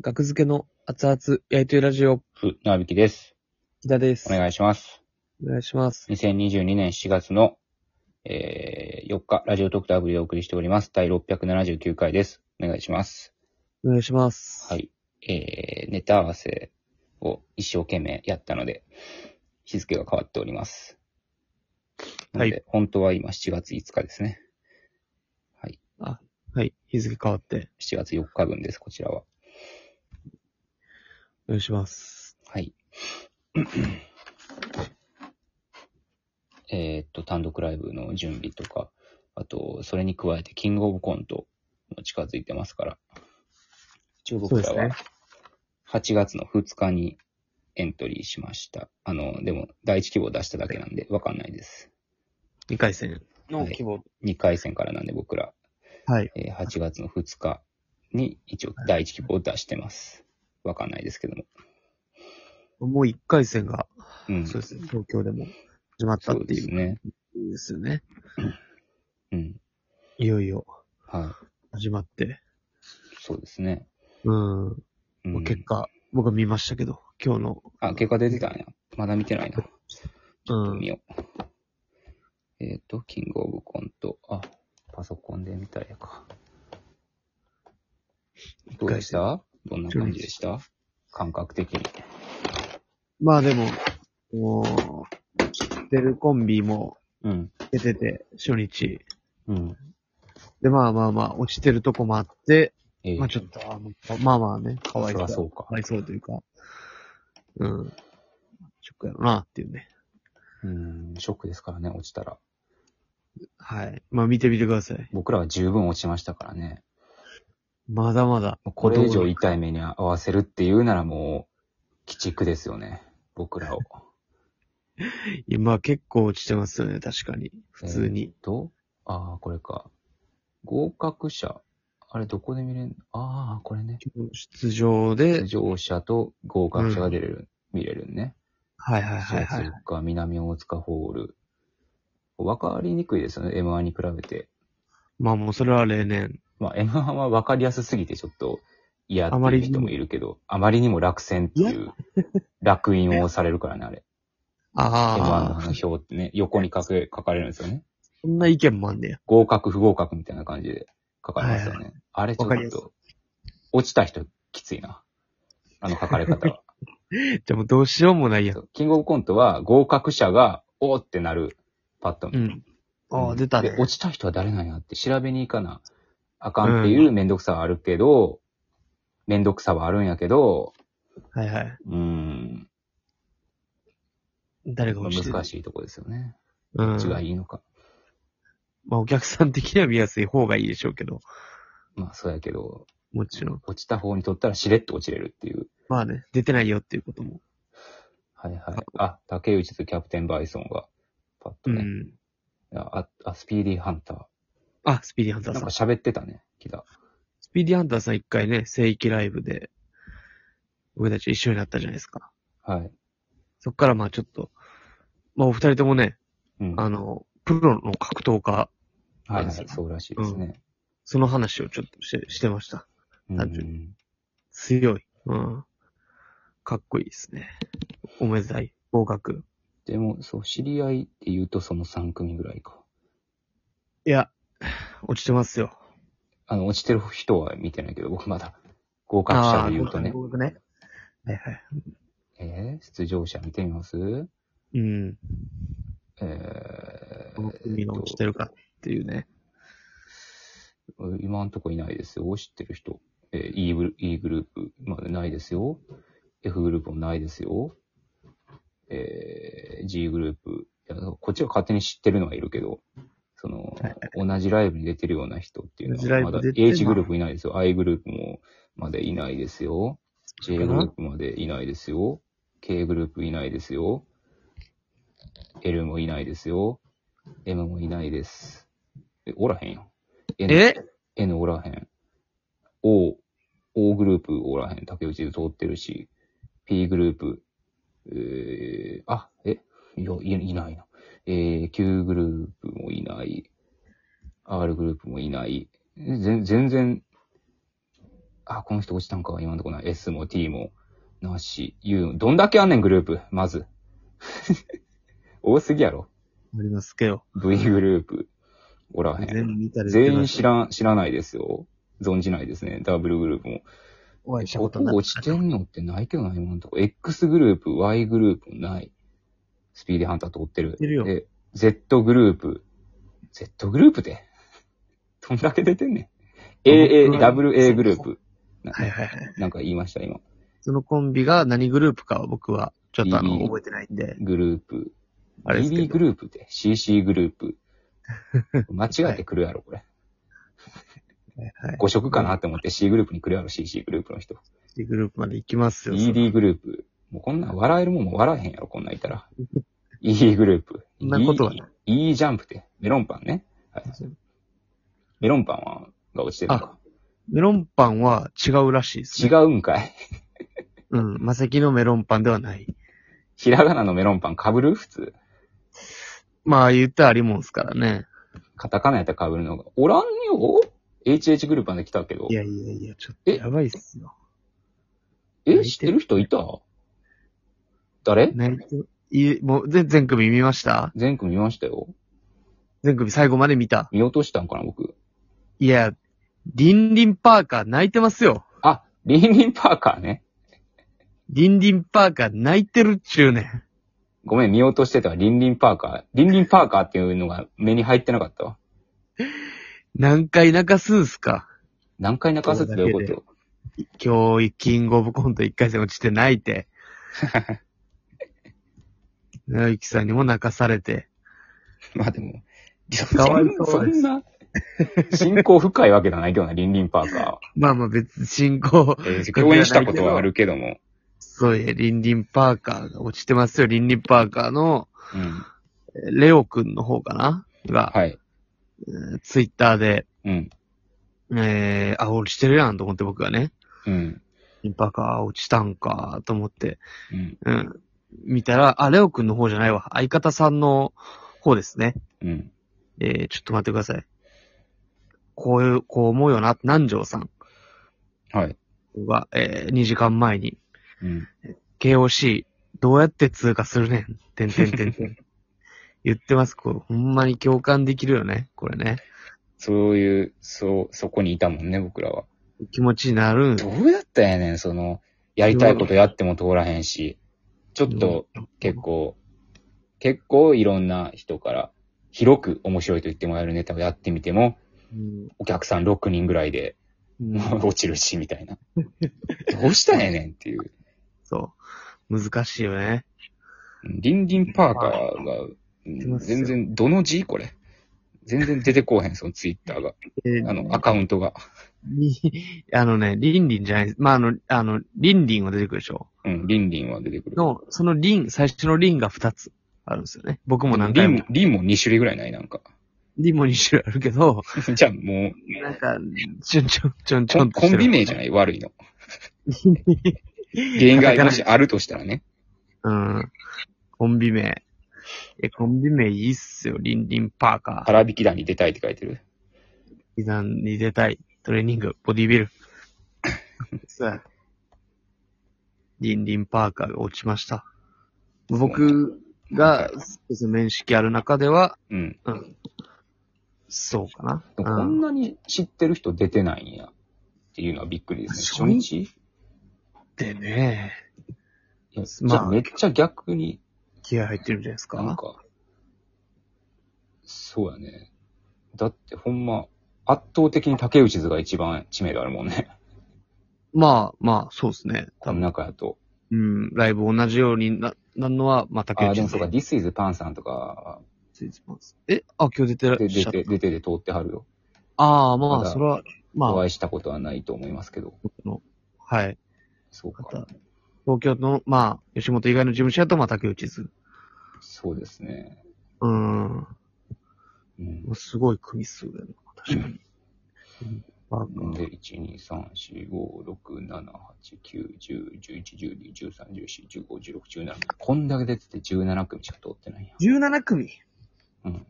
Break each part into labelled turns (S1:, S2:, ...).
S1: 学付けの熱々焼いてるラジオ、
S2: ふ、なびきです。
S1: 木田です。
S2: お願いします。
S1: お願いします。
S2: 2022年7月の、えー、4日、ラジオトクターブでお送りしております。第679回です。お願いします。
S1: お願いします。
S2: はい。えー、ネタ合わせを一生懸命やったので、日付が変わっております。なので、
S1: は
S2: 本当は今7月5日ですね。はい。
S1: はい。日付変わって、
S2: 7月4日分です、こちらは。
S1: お願いします。
S2: はい。 えーっと、単独ライブの準備とか、あと、それに加えて、キングオブコントも近づいてますから、一応僕ら
S1: そうで
S2: は、8月の2日にエントリーしました。あの、でも、第一希望出しただけなんで、わかんないです。
S1: 2回戦の
S2: はい
S1: 規模。
S2: 2回戦からなんで僕ら、
S1: はい。
S2: えー8月の2日に一応第一希望出してます。わかんないですけども。
S1: もう1回戦が、
S2: うん。
S1: そうですね。東京でも始まったっ
S2: そう
S1: て
S2: で
S1: い
S2: す
S1: う
S2: ね。
S1: ことですよね。
S2: うん。
S1: いよいよ
S2: はい。
S1: 始まって。
S2: そうですね。
S1: うん。
S2: う
S1: もうん結果、僕は見ましたけど、今日の。
S2: あ、結果出てたんや。まだ見てないな。
S1: うん。
S2: 見よう。えっ、と、キングオブコント。あ、パソコンで見たらやか。どうでしたどんな感じでした感覚的に。
S1: まあでも、もう、知ってるコンビも
S2: うん。
S1: 出てて、初日。
S2: うん。
S1: で、まあまあまあ、落ちてるとこもあって、
S2: ええ
S1: まあちょっと、あのまあまあね、かわい
S2: そ
S1: そうだ。
S2: らそうか
S1: か。わいそうというか、うん。ショックやろな、っていうね。
S2: うん。ショックですからね、落ちたら。
S1: はい。まあ見てみてください。
S2: 僕らは十分落ちましたからね。
S1: まだまだ。
S2: これ以上痛い目に合わせるっていうならもう、鬼畜ですよね。僕らを。
S1: 今結構落ちてますよね、確かに。普通
S2: えー
S1: に
S2: っ。と、ああ、これか。合格者。あれ、どこで見れんああ、これね。
S1: 出場で
S2: 出、場者と合格者が出れる、見れるね。
S1: はいはいはい
S2: 4
S1: は
S2: 月
S1: い。
S2: 4日、南大塚ホール。わかりにくいですよね、M1 に比べて。
S1: まあもうそれは例年。
S2: まあ、M1 はわかりやすすぎてちょっと嫌って
S1: あま
S2: い
S1: りに
S2: う
S1: も
S2: 人もいるけど、あまりにも落選っ ていう、落印を押されるからね、あれ。M1 の
S1: ああ、
S2: 表ってね、横に書け書かれるんですよね。
S1: そんな意見もあんねや。
S2: 合格不合格みたいな感じで書かれますよね。あれちょ
S1: わかりや
S2: っ
S1: すい
S2: と、落ちた人きついな。あの書か れ方は。
S1: じゃあもうどうしようもないや
S2: そ
S1: ん。
S2: うキングオブコントは合格者が、おーってなるパッと
S1: う
S2: 見。
S1: ん。ああ、出たね
S2: で、。落ちた人は誰なんやって調べに行かなあかんっていうめんどくさはあるけど、めんどくさはあるんやけど、
S1: はいはい。
S2: うーん、
S1: 誰が
S2: まあ
S1: 落ちてる
S2: 難しいとこですよね。
S1: う
S2: どっちが
S1: ん。
S2: いいのか。
S1: まあお客さん的には見やすい方がいいでしょうけど。
S2: まあそうやけど、
S1: もちろん。
S2: 落ちた方にとったらしれっと落ちれるっていう。
S1: まあね、出てないよっていうことも。
S2: はいはい。あ、竹内とキャプテンバイソンが、パッと
S1: う
S2: ね。
S1: ん。
S2: あ、あスピーディーハンタ
S1: あ、スピーディーハンタ
S2: ー。
S1: ー
S2: な
S1: さ
S2: ん
S1: ん
S2: か。喋ってたね、木田。
S1: スピーディーハンターさん一回ね、正規ライブで、僕たち一緒になったじゃないですか。
S2: はい。
S1: そっからまあちょっと、まあお二人ともね、
S2: うん。
S1: あの、プロの格闘家、
S2: は
S1: あ
S2: いは
S1: れ
S2: い、そうらしいですね。
S1: その話をちょっとして、してました。
S2: うん
S1: 単純強い。うん。かっこいいですね。おめでたい。合格。
S2: でも、そう、知り合いって言うとその3組ぐらいか。
S1: いや、落ちてますよ。
S2: あの、落ちてる人は見てないけど、僕まだ、合格者で言うとね。
S1: 合格ね。はいはい。
S2: えー、出場者見てみます
S1: うん。
S2: え
S1: この組が落ちてるかっていうね。
S2: ー、今んとこいないですよ。知ってる人。えー、E グル E グループ、まだないですよ。F グループもないですよ。えー、G グループ。いやこっちは勝手に知ってるのはいるけど、その、同じライブに出てるような人っていうの
S1: 同じライ
S2: は、
S1: ブ
S2: まだ
S1: 出てる
S2: H グループいないですよ。I グループもまだいないですよ。J グループまでいないですよ。K グループいないですよ。L もいないですよ。M もいないです。え、おらへんよ。N,
S1: え
S2: N おらへん。O、O グループおらへん。竹内で通ってるし。P グループ、えー、あ、え、いや、いいないな。えー、Q グループもいない。R グループもいない。え全全然、あ、この人落ちたんか、今のところない S も T も、なし、U、どんだけあんねん、グループ、まず。 多すぎやろ。
S1: 森之助よ。
S2: V グループ。おらへん。
S1: 全部見たり
S2: 全員知
S1: ん。
S2: らん、知らないですよ。存じないですね。W グループも。
S1: お会いしたことない。
S2: 落ちてんのってないけどな、今のところ。X グループ、Y グループない。スピーディーハンターと追ってる。
S1: いるよ
S2: で、Z グループ。Z グループで どんだけ出てんねん。AA、
S1: 僕は
S2: WA グループ。
S1: はいはいはい。
S2: なんか言いました、今。
S1: そのコンビが何グループかは僕はちょっとあの、
S2: BB
S1: 覚えてないんで、
S2: グループ。
S1: あれですけ
S2: BB
S1: ど。
S2: グループで CC グル ープ。間違えてくるやろ、これ。
S1: はい。
S2: 5色かなって思って C グループに来るやろ、CC グループの人。
S1: B グループまで行きますよ。
S2: ED グループ。もうこんなん笑えるもんも笑えへんやろ、こんなんいたら。E グループ。
S1: そんなことはない
S2: E ジャンプって、メロンパンね。はい。メロンパンは、が落ちてるのか。
S1: メロンパンは違うらしいです、
S2: 違
S1: ね。
S2: うんかい。
S1: う。うん。マセキのメロンパンではない。
S2: ひらがなのメロンパン被る普通。
S1: まあ言ったらありもんすからね。
S2: カタカナやったら被るのが。おらんよ ?HH グループまで来たけど
S1: い。やいやいや、ちょっとやばいっすよ。
S2: え、知ってる人いた誰
S1: ね。いもう全全組見ました
S2: 全組見ましたよ。
S1: 全組最後まで見た。
S2: 見落としたんかな、僕。
S1: いや、リンリンパーカー泣いてますよ。
S2: あ、リンリンパーカーね。
S1: リンリンパーカー泣いてるっちゅうねん。
S2: ごめん、見落としてたわ。リンリンパーカー。リンリンパーカーっていうのが目に入ってなかったわ。
S1: 何回泣かすんすか
S2: 何回泣かすってどういうこと
S1: 今日、キングオブコント一回戦落ちて泣い て。なゆきさんにも泣かされて。
S2: まあで も、
S1: かわいそう
S2: そ
S1: です
S2: んな、信仰深いわけじゃないけどな、リンリンパーカー は。
S1: まあまあ別に進行。
S2: えー共演したことはあるけども。
S1: そういえ、リンリンパーカーが落ちてますよ。リンリンパーカーの、
S2: うん。
S1: えーレオくんの方かなが、
S2: はい。
S1: ツイッターで、
S2: うん。
S1: えー、あ、落ちてるやんと思って僕がね、
S2: うん。
S1: リンパーカー落ちたんかと思って、
S2: うん。
S1: うん。見たら、あ、レオくんの方じゃないわ。相方さんの方ですね。
S2: うん。
S1: えー、ちょっと待ってください。こういう、こう思うよな、南條さん
S2: はい。
S1: が、えー、2時間前に、
S2: うん。
S1: KOC、どうやって通過するねん。てんてんてんて ん。言ってます。これ、ほんまに共感できるよね。これね。
S2: そういう、そう、そこにいたもんね、僕らは。
S1: 気持ちになるん。
S2: どうやったんやねん、その、やりたいことやっても通らへんし、ちょっと、結構、結構いろんな人から、広く面白いと言ってもらえるネタをやってみても、
S1: うん。
S2: お客さん6人ぐらいで、
S1: うん
S2: も う落ちるし、みたいな。 どうしたんやねんっていう。
S1: そう。難しいよね。
S2: リンリンパーカーがうん、全然、どの字これ。全然出てこうへん、そのツイッターが。
S1: えー
S2: あの、アカウントが。
S1: にあのね、リンリンじゃないです。まあ、あの、あの、リンリンは出てくるでしょ。
S2: うん、リンリンは出てくる。
S1: の、そのリン、最初のリンが2つあるんですよね。僕も何
S2: リ
S1: 回
S2: ン
S1: も。、
S2: リンも2種類ぐらいない、なんか。
S1: リンも2種類あるけど、
S2: じゃあもう、
S1: なんか、ちょんちょんちょんち
S2: コ
S1: ょ
S2: ン
S1: んと
S2: コ
S1: して
S2: ン
S1: る。
S2: ビ名じゃ
S1: ん。
S2: ない、悪 いの。原因がもしあるとしたらね。
S1: うん。コンビ名。え、コンビ名いいっすよ。リンリンパーカー。
S2: 腹引き団に出たいって書いてる。
S1: 膝に出たい。トレーニング、ボディビル。 そうリンリンパーカーが落ちました。僕が、そう面識ある中では、
S2: うん。
S1: そうか
S2: でも
S1: な。
S2: こ
S1: うんん、
S2: なに知ってる人出てないんや。っていうのはびっくりですね。初日
S1: でね、
S2: い
S1: ま
S2: や
S1: あ
S2: じゃあめっちゃ逆に、
S1: 気合入ってるんじゃないですか。
S2: なんか、そうやね。だってほんま、圧倒的に竹内図が一番知名度あるもんね。
S1: まあまあ、そうですね。
S2: こ
S1: 多
S2: の
S1: 分。
S2: 中やと。
S1: うん、ライブ同じようにな、なんのは、まあ、竹
S2: あ、
S1: 内
S2: で
S1: さ
S2: も
S1: ん
S2: そうか、This is Pan さんとか、
S1: え、あ、今日出てらっ
S2: で出
S1: しゃった
S2: て、。出てで通ってはるよ。
S1: ああ、ま
S2: ま
S1: あ、
S2: だ
S1: それは、まあ、
S2: お
S1: は
S2: 会いしたことはないと思いますけど。
S1: い。
S2: そう
S1: また。
S2: か
S1: 東京の、まあ、吉本以外の事務所やと、まあ、竹内図。
S2: そうですね。
S1: うーん。
S2: うん。
S1: すごい組数だよな、確かに。まあ、
S2: で、1、2、3、4、5、6、7、8、9、10、11、12、13、14、15、16、17。こんだけ出てて17組しか通ってないんや。
S1: 17組。
S2: うん。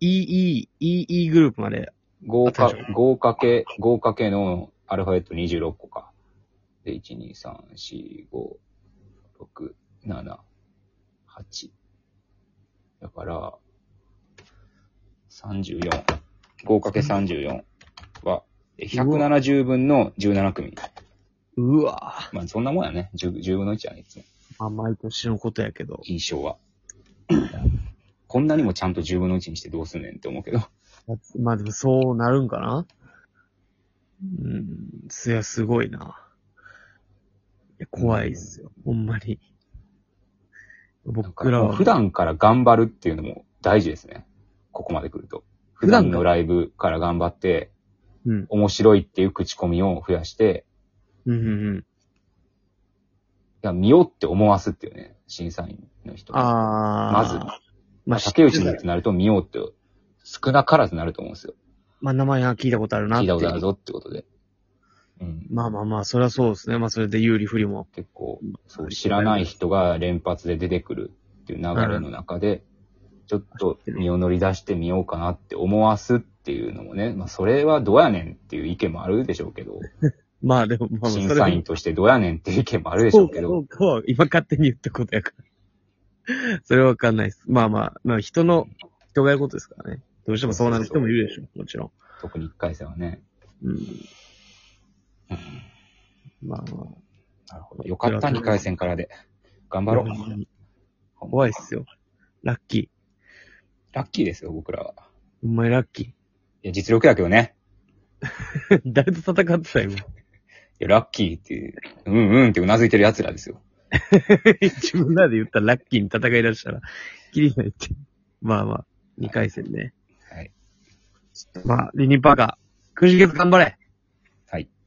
S1: EE、EE グループまで。
S2: 合
S1: あ
S2: か
S1: 確か、
S2: 合かけ、合かけのアルファベット26個か。で、1、2、3、4、5、6、7、8。だから、34。5×34 は、え170分の17組。
S1: うわ
S2: まあ、そんなもんやね。10, 10分の1やね、いつも。
S1: まあ、毎年のことやけど。
S2: 印象は。こんなにもちゃんと10分の1にしてどうすんねんって思うけど。
S1: まあでもそうなるんかなうん、すやすごいな。いや怖いっすよ、ほんまに。僕ら
S2: もう
S1: は
S2: 普、段から頑張るっていうのも大事ですね。ここまで来ると。
S1: 普
S2: 普
S1: 段
S2: 段のライブから頑張って、
S1: うん、
S2: 面白いっていう口コミを増やして、
S1: うん、うんうん。
S2: いや、見ようって思わすっていうね、審査員の人に。
S1: あ
S2: まず
S1: ー、、まあ、
S2: 竹内
S1: 知っ
S2: のっててなると見ようって、少なからずなると思うんですよ。
S1: まあ、名前は聞いたことあるなっ
S2: 聞
S1: て
S2: い
S1: いう。
S2: たことあるぞってことで。うん。
S1: まあまあまあ、そりゃそうですね。まあ、それで有利不利も。
S2: 結構、そう、知らない人が連発で出てくるっていう流れの中で、ちょっと身を乗り出してみようかなって思わすっていうのもね、まあそれはどうやねんっていう意見もあるでしょうけど、
S1: まあでも、まあまあ、
S2: 審
S1: それ
S2: 査員
S1: は。
S2: としてどうやねんっていう意見もあるでし
S1: そ
S2: ょ
S1: う
S2: う
S1: か
S2: け
S1: ど
S2: ど、
S1: うかは、今勝手に言ったことやから。それはわかんないです。まあまあ、まあ人の、人がやることですからね。どうしてもそうなる人もいるでしょ、もちろん。
S2: 特に1回戦はね。
S1: うん。まあまあ。
S2: なるほど。よかった、2回戦からで。頑張ろう。
S1: 怖いっすよ。ラッキ
S2: ラッキーですよ、僕らは。
S1: ー。お前ラッキ
S2: いや、実力やけどね。
S1: ー。 誰と戦ってた今。
S2: いや、ラッキーって、うんうんってうなずいてる奴らですよ。
S1: 自分らで言ったらラッキーに戦い出したら、キリないって。まあまあ、2回戦ね。
S2: はい。
S1: まあ、リニーパーカー、くじけず頑張れ
S2: はい。